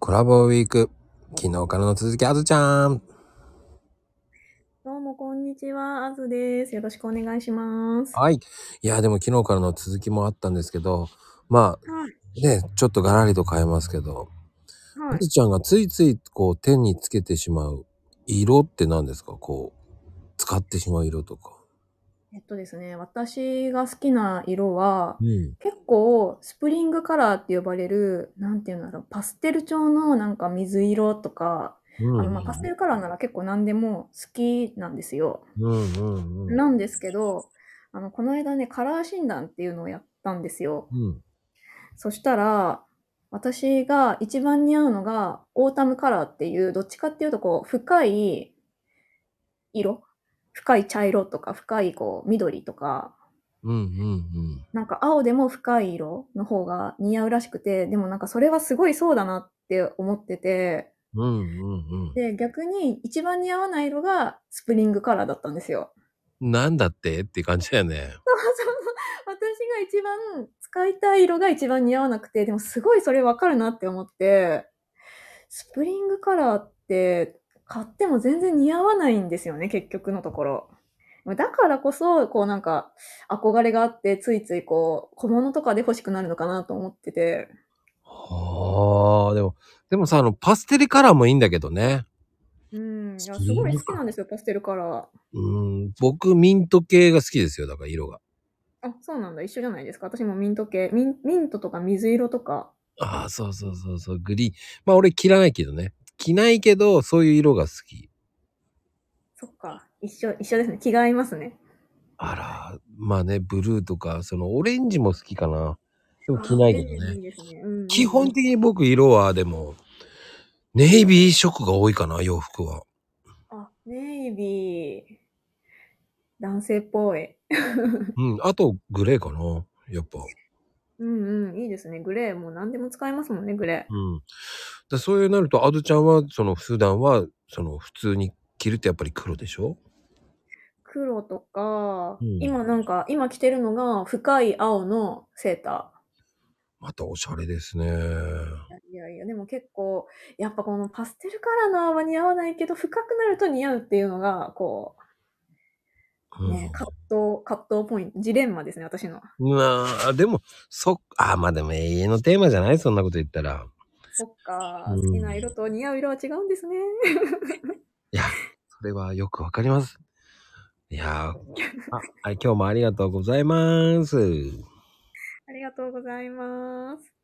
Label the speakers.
Speaker 1: コラボウィーク。昨日からの続き、あずちゃん。
Speaker 2: どうも、こんにちは。あずです。よろしくお願いします。は
Speaker 1: はい。いや、でも昨日からの続きもあったんですけど、ま
Speaker 2: い。
Speaker 1: あね、ちょっとガラリと変えますけど、
Speaker 2: は
Speaker 1: あ
Speaker 2: い。
Speaker 1: ずちゃんがついついこう手につけてしまう色って何ですかこう、使ってしまう色とか。
Speaker 2: えっとですね、私が好きな色は
Speaker 1: う、ん。
Speaker 2: 結構、スプリングカラーって呼ばれる、なんていうんだろう、パステル調のなんか水色とか、
Speaker 1: うん。
Speaker 2: あの、まあ、パステルカラーなら結構何でも好きなんですよ。
Speaker 1: うんうんうん。
Speaker 2: なんですけど、あの、この間ね、カラー診断っていうのをやったんですよ。
Speaker 1: うん。
Speaker 2: そしたら、私が一番似合うのが、オータムカラーっていう、どっちかっていうと、こう、深い色深い茶色とか、深いこう、緑とか、
Speaker 1: うんうん
Speaker 2: なんか青でも深い色の方が似合うらしくて、でもなんかそれはすごいそうだなって思ってて、
Speaker 1: うん。うんうん
Speaker 2: で、逆に一番似合わない色がスプリングカラーだったんですよ。
Speaker 1: うん。なんだってっていう感じだよね。
Speaker 2: 私が一番使いたい色が一番似合わなくて、でもすごいそれわかるなって思って、スプリングカラーって買っても全然似合わないんですよね、結局のところ。だからこそ、こうなんか憧れがあって、ついついこう小物とかで欲しくなるのかなと思ってて。
Speaker 1: はあ、でも、でもさ、あの、パステルカラーもいいんだけどね。
Speaker 2: うん、いや
Speaker 1: スプ
Speaker 2: す
Speaker 1: リングカラー
Speaker 2: ごい好きなんですよ、パステルカラー。
Speaker 1: うん、僕、ミント系が好きですよ。だから、色が。
Speaker 2: あ、そうなんだ、一緒じゃないですか。私もミント系、ミンミントとか水色とか。
Speaker 1: ああ、そうそうそうそう、グリーン。まあ、俺、着らないけどね。着ないけど、そういう色が好き。
Speaker 2: そっか、一緒、一緒ですね。気が合いますね。
Speaker 1: あら、まあね、ブルーとか、その、オレンジも好きかな。でも、着ないけど
Speaker 2: あー
Speaker 1: ね。
Speaker 2: いいですね。うんうんうん
Speaker 1: 基本的に僕、色は、でも、ネイビー色が多いかな、洋服は。
Speaker 2: あ、ネイビー。男性っぽい。
Speaker 1: うん、あと、グレーかな。やっぱ。
Speaker 2: うんうん、いいですね。グレー。もう何でも使えますもんね、グレ
Speaker 1: うん。だそういうなると、アドちゃんは、その、普段は、その、普通に着るってやっぱり黒でしょ
Speaker 2: ー。黒とか、
Speaker 1: うん
Speaker 2: 今なんか、今着てるのが深い青のセータ
Speaker 1: またおしゃれですね。
Speaker 2: ー。いやいや、でも結構、やっぱこのパステルカラーの青は似合わないけど、深くなると似合うっていうのが、こ
Speaker 1: う
Speaker 2: う、
Speaker 1: ん
Speaker 2: ね、葛藤、葛藤ポイント、ジレンマですね、私の。
Speaker 1: まあ、でも、そ、あ、まあでも永遠のテーマじゃないそんなこと言ったら。
Speaker 2: そっか、
Speaker 1: うん
Speaker 2: 好きな色と似合う色は違うんですね。
Speaker 1: いや、それはよくわかります。いやーあ、あ今日もありがとうございます。
Speaker 2: ありがとうございます。